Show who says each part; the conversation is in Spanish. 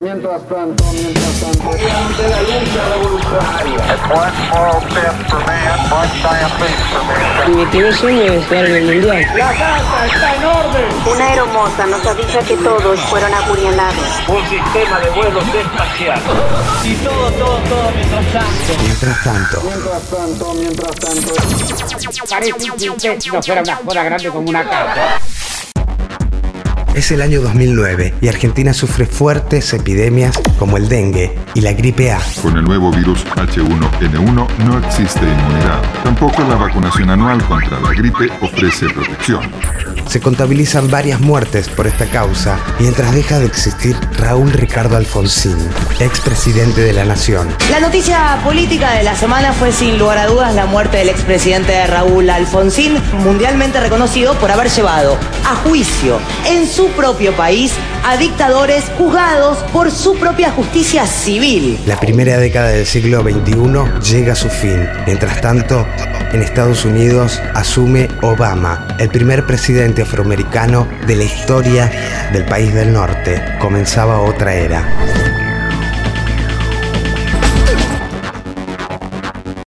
Speaker 1: Mientras tanto, mientras tanto, de la lucha revolucionaria.
Speaker 2: Mi primer sueño es jugar en el mundial.
Speaker 1: La casa está en orden.
Speaker 3: Una aeromoza nos avisa que todos fueron apuñalados.
Speaker 1: Un sistema de vuelos espacial.
Speaker 4: Mientras tanto,
Speaker 1: Mientras tanto, mientras tanto.
Speaker 4: es el año 2009 y Argentina sufre fuertes epidemias como el dengue y la gripe A.
Speaker 5: Con el nuevo virus H1N1 no existe inmunidad. Tampoco la vacunación anual contra la gripe ofrece protección.
Speaker 4: Se contabilizan varias muertes por esta causa mientras deja de existir Raúl Ricardo Alfonsín, expresidente de la Nación.
Speaker 6: La noticia política de la semana fue sin lugar a dudas la muerte del expresidente Raúl Alfonsín, mundialmente reconocido por haber llevado a juicio en su propio país a dictadores juzgados por su propia justicia civil.
Speaker 4: La primera década del siglo XXI llega a su fin. Mientras tanto, en Estados Unidos asume Obama, el primer presidente afroamericano de la historia del país del norte. Comenzaba otra era.